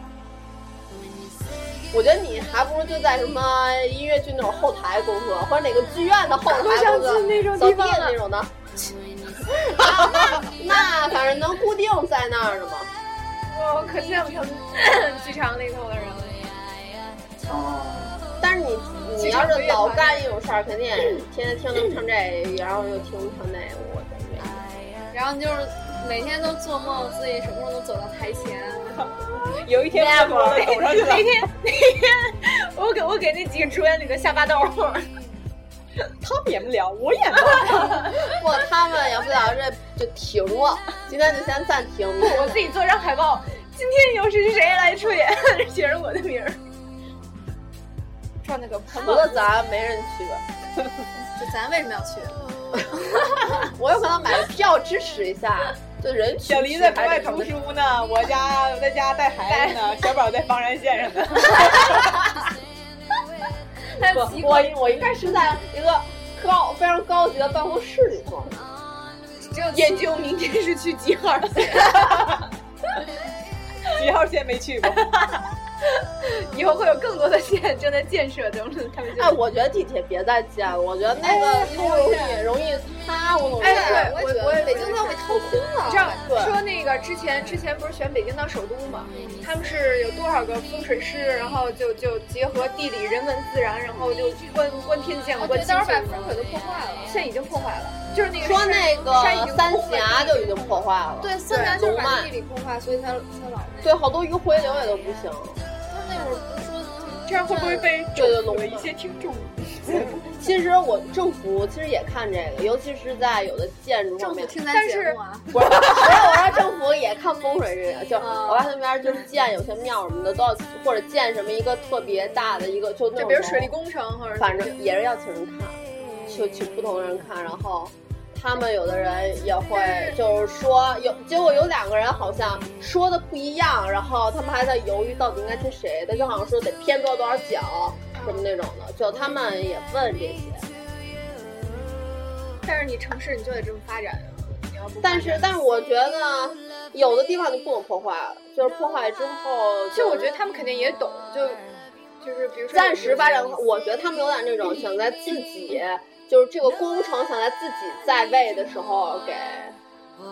[SPEAKER 4] 我觉得你还不如就在什么音乐剧那种后台工作，或者哪个剧院的后台
[SPEAKER 3] 我想
[SPEAKER 4] 工作
[SPEAKER 3] 进，那种
[SPEAKER 4] 扫
[SPEAKER 3] 地
[SPEAKER 4] 地
[SPEAKER 3] 方了
[SPEAKER 4] 那种的。 啊那那反正能固定在那儿的嘛。
[SPEAKER 2] 我可羡慕他们剧场里头的人了。
[SPEAKER 4] 但是你你要是老干一种事儿，肯定也天天听他们唱这，然后又听他们唱那，我就没。
[SPEAKER 1] 然后你就是每天都做梦，自己什么时候能走到台前？
[SPEAKER 3] 有一天我我走上去了
[SPEAKER 2] 那，天那天，我给我给那几个主演里的下巴刀，
[SPEAKER 3] 他们演不了，我演不了，
[SPEAKER 4] 不， 他们也不了这就停了，今天就先暂停。
[SPEAKER 2] 我自己做张海报，
[SPEAKER 3] 今天由谁谁谁来出演， 写着我的名儿。
[SPEAKER 2] 转那个喷
[SPEAKER 4] 除了咱没人去吧，
[SPEAKER 1] 就咱为什么要去？
[SPEAKER 4] 我有可能买票支持一 下，就人群
[SPEAKER 3] 小黎在国外读书呢，我家我在家带孩子呢，小宝在房山县上呢。
[SPEAKER 4] 不我我应该是在一个高非常高级的办公室里头。
[SPEAKER 2] 只有
[SPEAKER 3] 研究明天是去几号线？几号线没去过？
[SPEAKER 2] 以后会有更多的线正在建设中，他们就
[SPEAKER 4] 哎，我觉得地铁别再建了，我觉得那个路也容易塌，我总觉
[SPEAKER 2] 哎，
[SPEAKER 4] 得。
[SPEAKER 2] 我也觉得北京都被掏空了。
[SPEAKER 3] 你知道
[SPEAKER 4] 对
[SPEAKER 3] 说那个之前之前不是选北京当首都嘛？他们是有多少个风水师，然后就就结合地理、人文、自然，然后就观观天象、
[SPEAKER 2] 我
[SPEAKER 3] 观
[SPEAKER 2] 觉
[SPEAKER 3] 气
[SPEAKER 2] 得到时候把
[SPEAKER 3] 象
[SPEAKER 2] 风水都破坏了。
[SPEAKER 3] 现在已经破坏了，就是那个
[SPEAKER 4] 说
[SPEAKER 3] 山
[SPEAKER 4] 那
[SPEAKER 3] 山已
[SPEAKER 4] 个
[SPEAKER 3] 经
[SPEAKER 4] 三
[SPEAKER 3] 空了
[SPEAKER 4] 峡就已经破坏了，
[SPEAKER 2] 对，三峡就是
[SPEAKER 4] 龙
[SPEAKER 2] 把
[SPEAKER 4] 脉
[SPEAKER 2] 地理破坏，所以才才老那个。
[SPEAKER 4] 对，好多迂回流也都不行。
[SPEAKER 2] 他们那会儿不是说
[SPEAKER 3] 这样会不会被
[SPEAKER 4] 对对
[SPEAKER 3] 整
[SPEAKER 4] 龙
[SPEAKER 3] 了
[SPEAKER 4] 脉
[SPEAKER 3] 一些听众？
[SPEAKER 4] 其实我政府其实也看这个，尤其是在有的建筑
[SPEAKER 2] 政
[SPEAKER 4] 方
[SPEAKER 2] 府
[SPEAKER 4] 面，
[SPEAKER 2] 听咱
[SPEAKER 3] 但
[SPEAKER 2] 节
[SPEAKER 3] 是
[SPEAKER 2] 目啊？
[SPEAKER 4] 不是， 不是，我说政府也看风水这个，就我爸那边就是建有些庙什么的都要，或者建什么一个特别大的一个，就那
[SPEAKER 3] 就
[SPEAKER 4] 种
[SPEAKER 3] 比如水利，工程或者
[SPEAKER 4] 反正也是要请人看，就请不同人看，然后。他们有的人也会，就是说有，结果有两个人好像说的不一样，然后他们还在犹豫到底应该听谁的，就好像说得偏多少多少角什么那种的，就他们也问这些。
[SPEAKER 3] 但是你城市你就得这么发展啊，你要不
[SPEAKER 4] 但是，但是我觉得有的地方就不能破坏，就是破坏之后
[SPEAKER 3] 其实我觉得他们肯定也懂，就就是比如说
[SPEAKER 4] 暂时发展，我觉得他们有点那种想在自己就是这个工程想在自己在位的时候给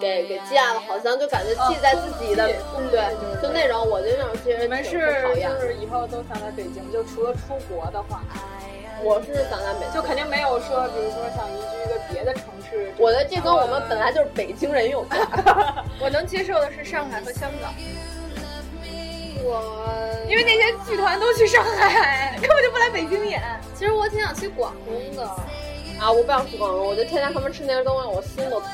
[SPEAKER 4] 给给建了，好像就感觉系在自己的、对，就那种我觉得那种其实
[SPEAKER 3] 你们
[SPEAKER 4] 挺
[SPEAKER 3] 是
[SPEAKER 4] 讨厌
[SPEAKER 6] 就
[SPEAKER 4] 的。
[SPEAKER 6] 是以后都想来北京，就除了出国的话，
[SPEAKER 4] 我是想在美，
[SPEAKER 6] 就肯定没有说，比如说想移居一个别的城市。
[SPEAKER 4] 我觉得这跟我们本来就是北京人有关。
[SPEAKER 3] 我能接受的是上海和香港，
[SPEAKER 2] 我
[SPEAKER 3] 因为那些剧团都去上海，根本就不来北京演。
[SPEAKER 2] 其实我挺想去广东的，
[SPEAKER 4] 啊，我不想吃广东，我就天天他们吃那些东西，我心都疼。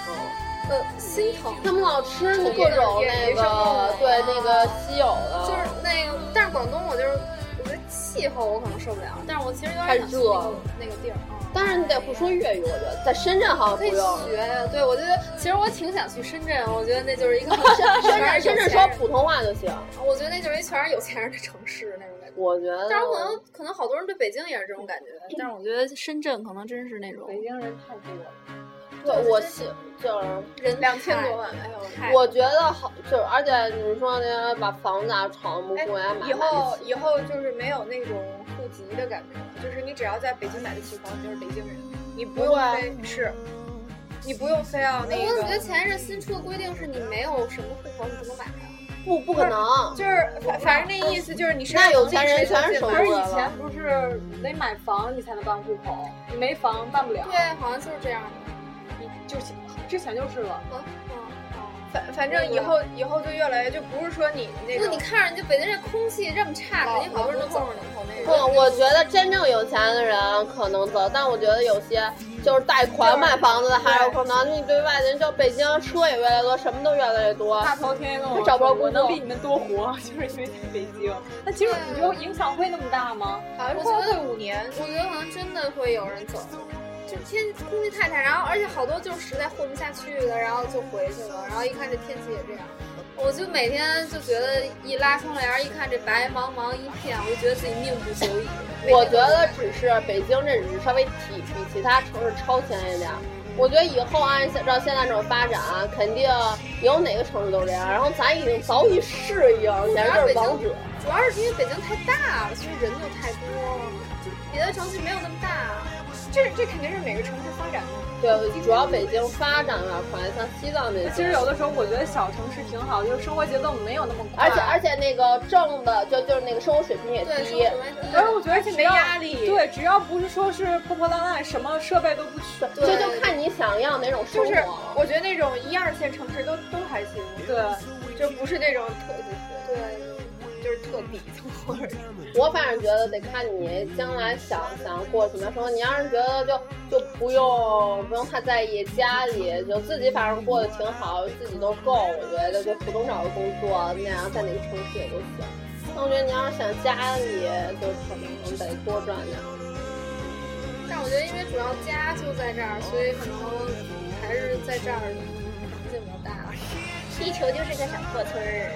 [SPEAKER 2] 呃，心疼。
[SPEAKER 4] 他们老吃
[SPEAKER 3] 特别
[SPEAKER 4] 各种那
[SPEAKER 3] 野生动
[SPEAKER 4] 个
[SPEAKER 3] 物
[SPEAKER 4] 对那个稀有的，
[SPEAKER 2] 就是那个，但是广东我就是我觉得气候我可能受不了，但是我其实有
[SPEAKER 4] 太
[SPEAKER 2] 点想去
[SPEAKER 4] 热
[SPEAKER 2] 那个
[SPEAKER 4] 了
[SPEAKER 2] 那个地儿啊。
[SPEAKER 4] 但是你得会说粤语，我觉得在深圳好
[SPEAKER 2] 可
[SPEAKER 4] 像不
[SPEAKER 2] 以
[SPEAKER 4] 用。
[SPEAKER 2] 学呀，对我觉得其实我挺想去深圳，啊我觉得那就是一个
[SPEAKER 4] 深
[SPEAKER 2] 全
[SPEAKER 4] 圳
[SPEAKER 2] 是
[SPEAKER 4] 深
[SPEAKER 2] 有
[SPEAKER 4] 圳
[SPEAKER 2] 钱
[SPEAKER 4] 说
[SPEAKER 2] 人
[SPEAKER 4] 普通话就行，
[SPEAKER 2] 我觉得那就是一全是有钱人的城市那种感觉。
[SPEAKER 4] 我觉得。
[SPEAKER 2] 但是可
[SPEAKER 3] 哦
[SPEAKER 2] 能可能好多人对北京也是这种感觉，但是我觉得深圳可能真是那种
[SPEAKER 6] 北京人太多了，
[SPEAKER 4] 对，我是就是，
[SPEAKER 2] 人
[SPEAKER 3] 两千多万，哎呦！
[SPEAKER 4] 我觉得好，就是而且你说那把房子啊、床不
[SPEAKER 3] 哎
[SPEAKER 4] 过来买，
[SPEAKER 3] 以后以后就是没有那种户籍的感觉了，就是你只要在北京买得起房，你就是北京人，你不用非是，你不用非
[SPEAKER 6] 啊
[SPEAKER 3] 要
[SPEAKER 2] 那
[SPEAKER 3] 那
[SPEAKER 2] 呃我怎么觉得
[SPEAKER 3] 个，
[SPEAKER 2] 前一阵新出的规定是你没有什么户口你不能买啊？
[SPEAKER 4] 不不可能，
[SPEAKER 3] 就是反反正那意思就是你身
[SPEAKER 4] 那
[SPEAKER 3] 上
[SPEAKER 4] 有
[SPEAKER 3] 能
[SPEAKER 4] 钱
[SPEAKER 3] 力
[SPEAKER 4] 人
[SPEAKER 3] 谁都
[SPEAKER 4] 全是
[SPEAKER 3] 进
[SPEAKER 4] 首
[SPEAKER 3] 来
[SPEAKER 6] 而
[SPEAKER 4] 富
[SPEAKER 6] 以
[SPEAKER 4] 人了
[SPEAKER 6] 前。不是得买房你才能办户口，你没房办不了。
[SPEAKER 2] 对，好像就是这样的。
[SPEAKER 6] 你就是之前就是了。
[SPEAKER 2] 嗯嗯。
[SPEAKER 3] 反反正以后以后就越来越就不是说你那
[SPEAKER 2] 那
[SPEAKER 3] 种
[SPEAKER 2] 你看人家北京这空气这么差，肯定好多人都走了。
[SPEAKER 4] 不，嗯我觉得真正有钱的人可能走，但我觉得有些就是贷款买房子的还有可能。你对外人，就北京车也越来越多，什么都越来越多。
[SPEAKER 6] 大头天天跟我
[SPEAKER 4] 他找不着
[SPEAKER 6] 说
[SPEAKER 4] 工作
[SPEAKER 6] 我能比你们多活，就是因为在北京。那其实你觉得影响会那么大吗？
[SPEAKER 3] 好像
[SPEAKER 2] 我
[SPEAKER 3] 过
[SPEAKER 2] 觉得
[SPEAKER 3] 会五年，
[SPEAKER 2] 我觉得可能真的会有人走，就天空气太差，然后而且好多就是实在混不下去的，然后就回去了，然后一看这天气也这样，我就每天就觉得一拉窗帘一看这白茫茫一片，我就觉得自己命不久矣。
[SPEAKER 4] 我觉得只是北京这只是稍微比比其他城市超前一点儿。我觉得以后按照现在这种发展，肯定有哪个城市都这样。然后咱已经早已适应，简直就是王者。
[SPEAKER 2] 主要是因为北京太大了，所以人就太多了，就别的城市没有那么大。啊
[SPEAKER 3] 这这肯定是每个城市发展的。
[SPEAKER 4] 对，主要北京发展有点快，像西藏这些。
[SPEAKER 6] 其实有的时候我觉得小城市挺好，就是生活节奏没有那么快，
[SPEAKER 4] 而且而且那个挣的就就是那个生活水平也
[SPEAKER 2] 对，
[SPEAKER 4] 低。
[SPEAKER 6] 而且我觉得
[SPEAKER 3] 且
[SPEAKER 6] 只
[SPEAKER 3] 没
[SPEAKER 6] 要
[SPEAKER 3] 压力
[SPEAKER 6] 对，只要不是说是破破烂烂，什么设备都不缺，
[SPEAKER 4] 这就看你想要哪种生
[SPEAKER 3] 就
[SPEAKER 4] 活。
[SPEAKER 3] 是我觉得那种一二线城市都都还行，
[SPEAKER 6] 对，
[SPEAKER 3] 就不是那种特
[SPEAKER 2] 对，
[SPEAKER 3] 就是特
[SPEAKER 6] 特底层或者
[SPEAKER 4] 我反正觉得得看你将来想想过什么样生活。你要是觉得就就不用不用太在意家里，就自己反正过得挺好，自己都够。我觉得就普通找个工作那样，在哪个城市也就行。但我觉得你要是想家里，就可能得多赚点。
[SPEAKER 2] 但我觉得，因为主要家就在这儿，所以可能还是在这儿环境比较大。
[SPEAKER 7] 踢球就是个小破村儿，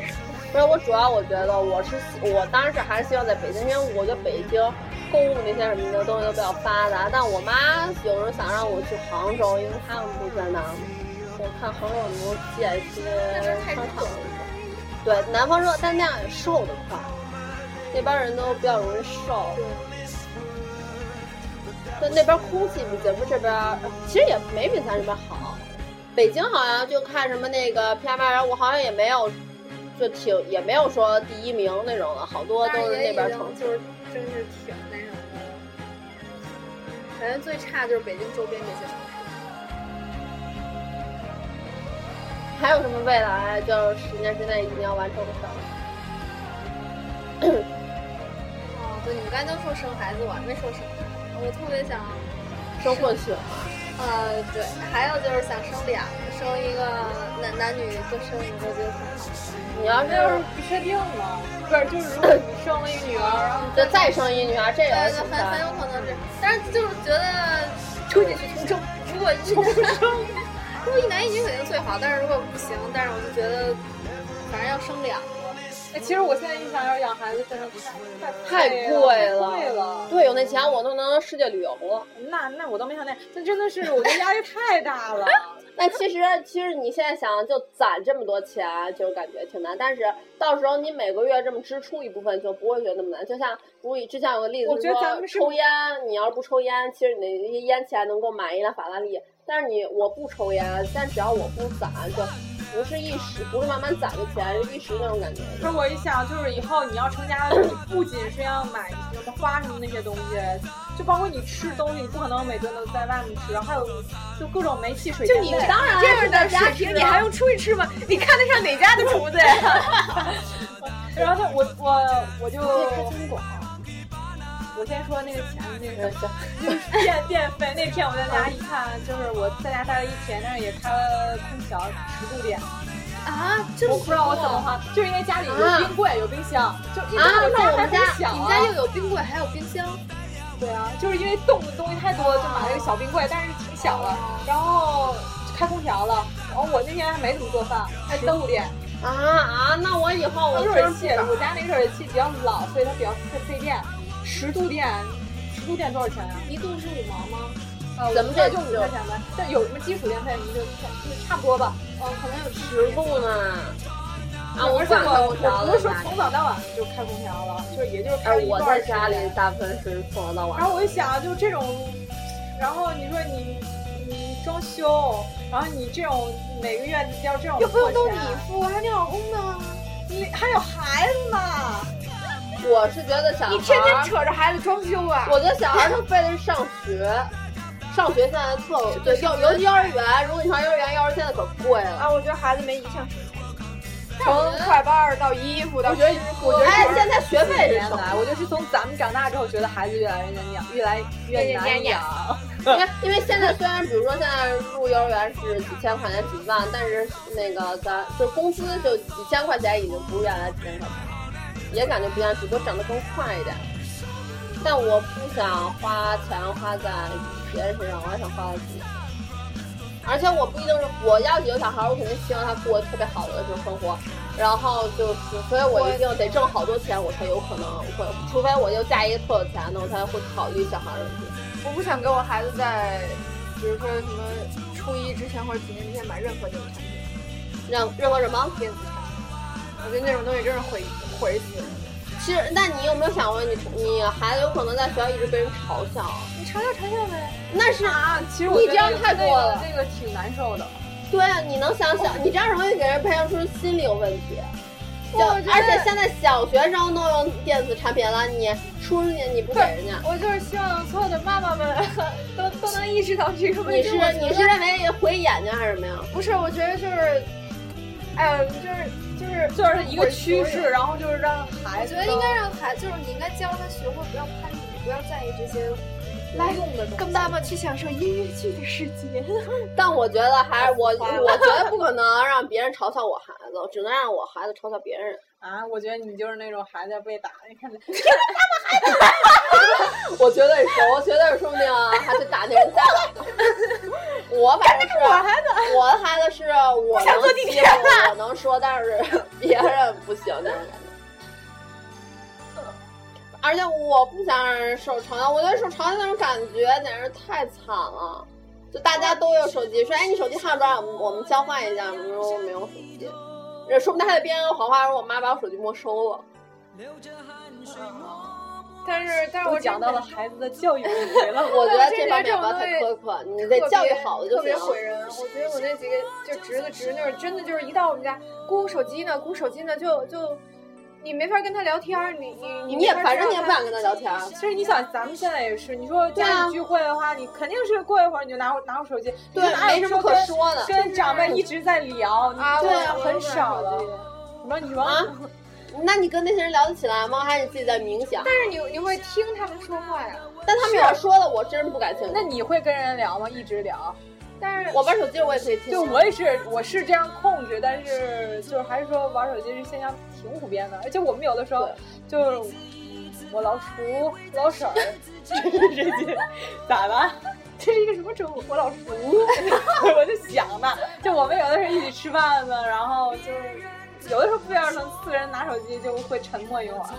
[SPEAKER 4] 不是我主要，我觉得我是我当时还是希望在北京，因为我觉得北京购物那些什么的东西都比较发达。但我妈有时候想让我去杭州，因为他们不在那儿。我看杭州有没有借一些
[SPEAKER 2] 太热
[SPEAKER 4] 商场
[SPEAKER 2] 了。
[SPEAKER 4] 对，南方热，但那样也瘦得快，那边人都比较容易瘦。对，那边空气比咱们这边儿其实也没比咱这边好。北京好像就看什么那个 PM 二点五，好像也没有，就挺也没有说第一名那种了，好多都是那边城市。
[SPEAKER 2] 就是真是挺那什么的。感觉最差就是北京周边这些城市。
[SPEAKER 4] 还有什么未来就是十年之内一定要完成的事儿？
[SPEAKER 2] 哦，对，你们刚才都说生孩子，我还没说生孩子。我特别想，
[SPEAKER 4] 生混血，
[SPEAKER 2] 呃，对，还有就是想生两个，生一个男男女各生一个，我觉得挺好。
[SPEAKER 4] 你要
[SPEAKER 3] 那就是
[SPEAKER 4] 是
[SPEAKER 3] 不确定了，不是就是如果你生了一女儿，然后
[SPEAKER 4] 就再生一女儿，这有
[SPEAKER 2] 对
[SPEAKER 4] 的
[SPEAKER 2] 对，
[SPEAKER 4] 挺
[SPEAKER 2] 呃很很
[SPEAKER 4] 烦。
[SPEAKER 2] 有可能是，但是就是觉得出去去从政，如果一男，如果一男一女肯定最好，但是如果不行，但是我就觉得，反正要生两个，
[SPEAKER 3] 哎，其实我现在一想要养孩子，真的太
[SPEAKER 4] 太贵了
[SPEAKER 3] 贵了。
[SPEAKER 4] 对，有那钱我都能世界旅游了。
[SPEAKER 3] 那那我倒没想那，那真的是我觉得压力太大 了。
[SPEAKER 4] 那其实其实你现在想就攒这么多钱，啊就感觉挺难。但是到时候你每个月这么支出一部分，就不会觉得那么难。就像如果之前有个例子，
[SPEAKER 3] 我觉得咱们是
[SPEAKER 4] 抽烟，你要是不抽烟，其实你的那些烟钱能够买一辆法拉利。但是你我不抽烟，但只要我不攒，就不是一时，不是慢慢攒的钱，是一时那种感觉。
[SPEAKER 3] 可是我一想，就是以后你要成家了，你不仅是要买什么花什么那些东西，就包括你吃东西，你不可能每顿都在外面吃，然后还有就各种煤气水电费。就
[SPEAKER 4] 当然
[SPEAKER 6] 这样的家庭，你还用出去吃吗？你看得上哪家的厨子呀？
[SPEAKER 3] 然后就我我我就我先说那个钱的那个电电费，那天我在家一看，就是我在家待了一天，但是也开了空调十度电啊，我不知道我怎么哈，就是因为家里有冰柜、有冰箱，就因为
[SPEAKER 4] 那
[SPEAKER 3] 我家
[SPEAKER 4] 我
[SPEAKER 3] 还
[SPEAKER 4] 们
[SPEAKER 3] 很
[SPEAKER 4] 家
[SPEAKER 3] 小、
[SPEAKER 2] 啊
[SPEAKER 3] 啊
[SPEAKER 2] 你们家又有冰柜，还有冰箱，
[SPEAKER 3] 对啊，就是因为冻的东西太多了，就买了个小冰柜，但是挺小了，然后开空调了，然后我那天还没怎么做饭，还兜点，
[SPEAKER 4] 啊啊！那我以后我
[SPEAKER 3] 热
[SPEAKER 4] 真
[SPEAKER 3] 水
[SPEAKER 4] 不
[SPEAKER 3] 器，
[SPEAKER 4] 攒
[SPEAKER 3] 我家那个热水器比较老，所以它比较费费电，十度电，十度电多少钱啊？
[SPEAKER 2] 一度是五毛吗？
[SPEAKER 3] 呃，
[SPEAKER 4] 咱
[SPEAKER 3] 我
[SPEAKER 4] 们
[SPEAKER 3] 不知道
[SPEAKER 4] 这
[SPEAKER 3] 就五
[SPEAKER 4] 就
[SPEAKER 3] 块钱吧，但有什么基础电费，你就就差不多吧。
[SPEAKER 2] 哦，可能有十
[SPEAKER 4] 十度呢。啊，
[SPEAKER 3] 我
[SPEAKER 4] 我
[SPEAKER 3] 不是
[SPEAKER 4] 攒
[SPEAKER 3] 我
[SPEAKER 4] 空调
[SPEAKER 3] 我
[SPEAKER 4] 了
[SPEAKER 3] 不是说
[SPEAKER 4] 哪里
[SPEAKER 3] 从早到晚就开空调了，就是也
[SPEAKER 6] 啊
[SPEAKER 3] 就是开
[SPEAKER 4] 哎
[SPEAKER 3] 了，一
[SPEAKER 4] 我
[SPEAKER 3] 段
[SPEAKER 4] 在
[SPEAKER 3] 时间
[SPEAKER 4] 家里大部分是从早到晚
[SPEAKER 3] 然。后我就想，就这种，然后你说你你装修，然后你这种每个月要这种
[SPEAKER 6] 又不用都
[SPEAKER 3] 破
[SPEAKER 6] 你
[SPEAKER 3] 钱
[SPEAKER 6] 付，还你老公呢？
[SPEAKER 3] 你还有孩子呢，
[SPEAKER 4] 我是觉得小孩，
[SPEAKER 6] 你天天，扯着孩子装修啊？
[SPEAKER 4] 我觉得小孩儿他费的是上学，上学现在特对幼，尤其幼儿园，如果你上幼儿园，幼儿园现在可贵了。
[SPEAKER 6] 啊，我觉得孩子没一项是从快班儿到衣服到
[SPEAKER 4] 我觉得，我觉得
[SPEAKER 3] 哎
[SPEAKER 4] 现在学费也
[SPEAKER 3] 这年
[SPEAKER 4] 省，
[SPEAKER 3] 来，我就是从咱们长大之后，觉得孩子越来越难养，越来越难养。
[SPEAKER 4] 因为因为现在虽然比如说现在入幼儿园是几千块钱几万，但是那个咱就工资就几千块钱已经不是原来几千块钱了，也感觉不一样，只不过涨得更快一点。但我不想花钱花在别人身上，我还想花在自己身上。而且我不一定是我要有小孩，我肯定希望他过特别好的这种生活，然后就是，所以我一定得挣好多钱，我才有可能会，除非我就嫁一个特有钱的，我才会考虑小孩的问题。
[SPEAKER 6] 我不想给我孩子在，比如说什么初一之前或者几年之前买任何电子产品，
[SPEAKER 4] 让任何什么？
[SPEAKER 6] 电子产品，我觉得那种东西真是毁毁死人。
[SPEAKER 4] 其实，那你有没有想过你，你孩子有可能在学校一直被人嘲笑？啊
[SPEAKER 6] 你嘲笑嘲笑呗，
[SPEAKER 4] 那是
[SPEAKER 3] 啊，其实
[SPEAKER 4] 我
[SPEAKER 3] 我
[SPEAKER 4] 觉得那个
[SPEAKER 3] 那个挺难受的。
[SPEAKER 4] 对啊，你能想想，你这样容易给人培养出心理有问题。就
[SPEAKER 6] 我觉得
[SPEAKER 4] 而且现在小学生都用电子产品了，你初中你不给人家，
[SPEAKER 6] 我就是希望所有的妈妈们都都能意识到这个问
[SPEAKER 4] 你
[SPEAKER 6] 题。
[SPEAKER 4] 是
[SPEAKER 6] 我觉得
[SPEAKER 4] 你是认为毁眼睛还是什么呀？
[SPEAKER 6] 不是？我觉得就是，哎呦，就是
[SPEAKER 3] 就是就是一个趋势，然后就是让孩
[SPEAKER 2] 我
[SPEAKER 3] 子
[SPEAKER 2] 觉得应该让孩，就是你应该教他学会不要攀比，不要在意这些来用的东西。
[SPEAKER 6] 跟爸爸去享受音乐剧的世界。
[SPEAKER 4] 但我觉得还是我，我觉得不可能让别人嘲笑我孩子，只能让我孩子嘲笑别人。
[SPEAKER 3] 啊，我觉得你就是那种孩子要被打，你看
[SPEAKER 4] 我绝对是，我绝对是，说不定啊还得打那人家了。 我反正是我孩子，我的孩子是我能欺负，我能说，但是 别人不行那种感觉。而且我不想让人受嘲笑，我觉得受嘲笑那种感觉简直太惨了。就大家都有手机，说哎你手机看不着，我们交换一下。我说我没有手机，这说不定还得编个谎话说我妈把我手机没收了。
[SPEAKER 3] 但是但是我讲到了孩子的教育问题了，
[SPEAKER 4] 我觉得
[SPEAKER 2] 这这种
[SPEAKER 4] 这方面不要太
[SPEAKER 2] 东
[SPEAKER 4] 苛刻，你得教育好了就
[SPEAKER 2] 特
[SPEAKER 4] 行
[SPEAKER 2] 别
[SPEAKER 4] 了
[SPEAKER 2] 毁。人。我觉得我那几个就侄子侄女儿，真的就是一到我们家，姑手机呢，姑手机呢，就就你没法跟他聊天儿，你你你
[SPEAKER 4] 你也
[SPEAKER 2] 没法
[SPEAKER 4] 反
[SPEAKER 2] 知
[SPEAKER 4] 正
[SPEAKER 2] 道
[SPEAKER 4] 你也不
[SPEAKER 2] 他
[SPEAKER 4] 想跟他聊天儿，啊
[SPEAKER 3] 其实啊你想，咱们现在也是，你说家里聚会的话，你肯定是过一会儿你就拿拿出手机，
[SPEAKER 4] 对
[SPEAKER 3] 你就哪有
[SPEAKER 4] 没什么可
[SPEAKER 3] 跟
[SPEAKER 4] 说的
[SPEAKER 3] 跟长辈一直在聊，
[SPEAKER 2] 啊，
[SPEAKER 3] 你
[SPEAKER 2] 我
[SPEAKER 3] 真
[SPEAKER 2] 也
[SPEAKER 3] 的
[SPEAKER 2] 不
[SPEAKER 3] 很
[SPEAKER 2] 能
[SPEAKER 3] 少
[SPEAKER 2] 玩手机
[SPEAKER 3] 了。什么你说
[SPEAKER 4] 啊？那你跟那些人聊得起来吗？还是你自己在冥想？
[SPEAKER 2] 但是你你会听他们说话呀，
[SPEAKER 4] 但他们要说的，我真是不感兴
[SPEAKER 3] 那
[SPEAKER 4] 趣。
[SPEAKER 3] 你会跟人聊吗？一直聊？
[SPEAKER 2] 但是
[SPEAKER 4] 我玩手机我也可以听。
[SPEAKER 3] 对，我也是，我是这样控制，但是就是还是说玩手机这现象挺普遍的，而且我们有的时候就是我老厨老婶儿 这些咋了？这是一个什么称呼？我老厨， 我就想呢，就我们有的时候一起吃饭呢，然后就是有的时候不约而同四人拿手机就会沉默一会儿。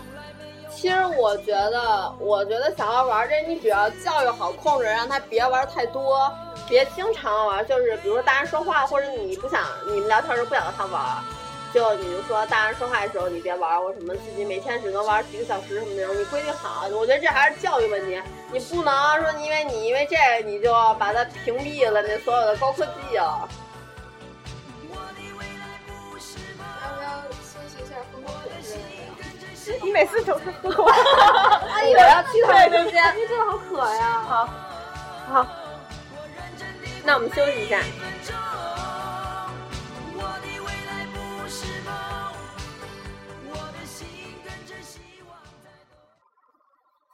[SPEAKER 4] 其实我觉得，我觉得小孩玩这，你只要教育好、控制，让他别玩太多，别经常玩。就是比如说大人说话，或者你不想你们聊天的时候不想跟他玩，就你就说大人说话的时候你别玩，我什么自己每天只能玩几个小时什么的，你规定好。我觉得这还是教育问题，你不能说因为你因为这个你就把它屏蔽了那所有的高科技啊。
[SPEAKER 2] 要不要休息一下，喝口水之类的？
[SPEAKER 3] 你每次都是喝口
[SPEAKER 4] 哎我要去他 们中间，
[SPEAKER 2] 这好渴呀！
[SPEAKER 4] 那我们休息一下。
[SPEAKER 8] 我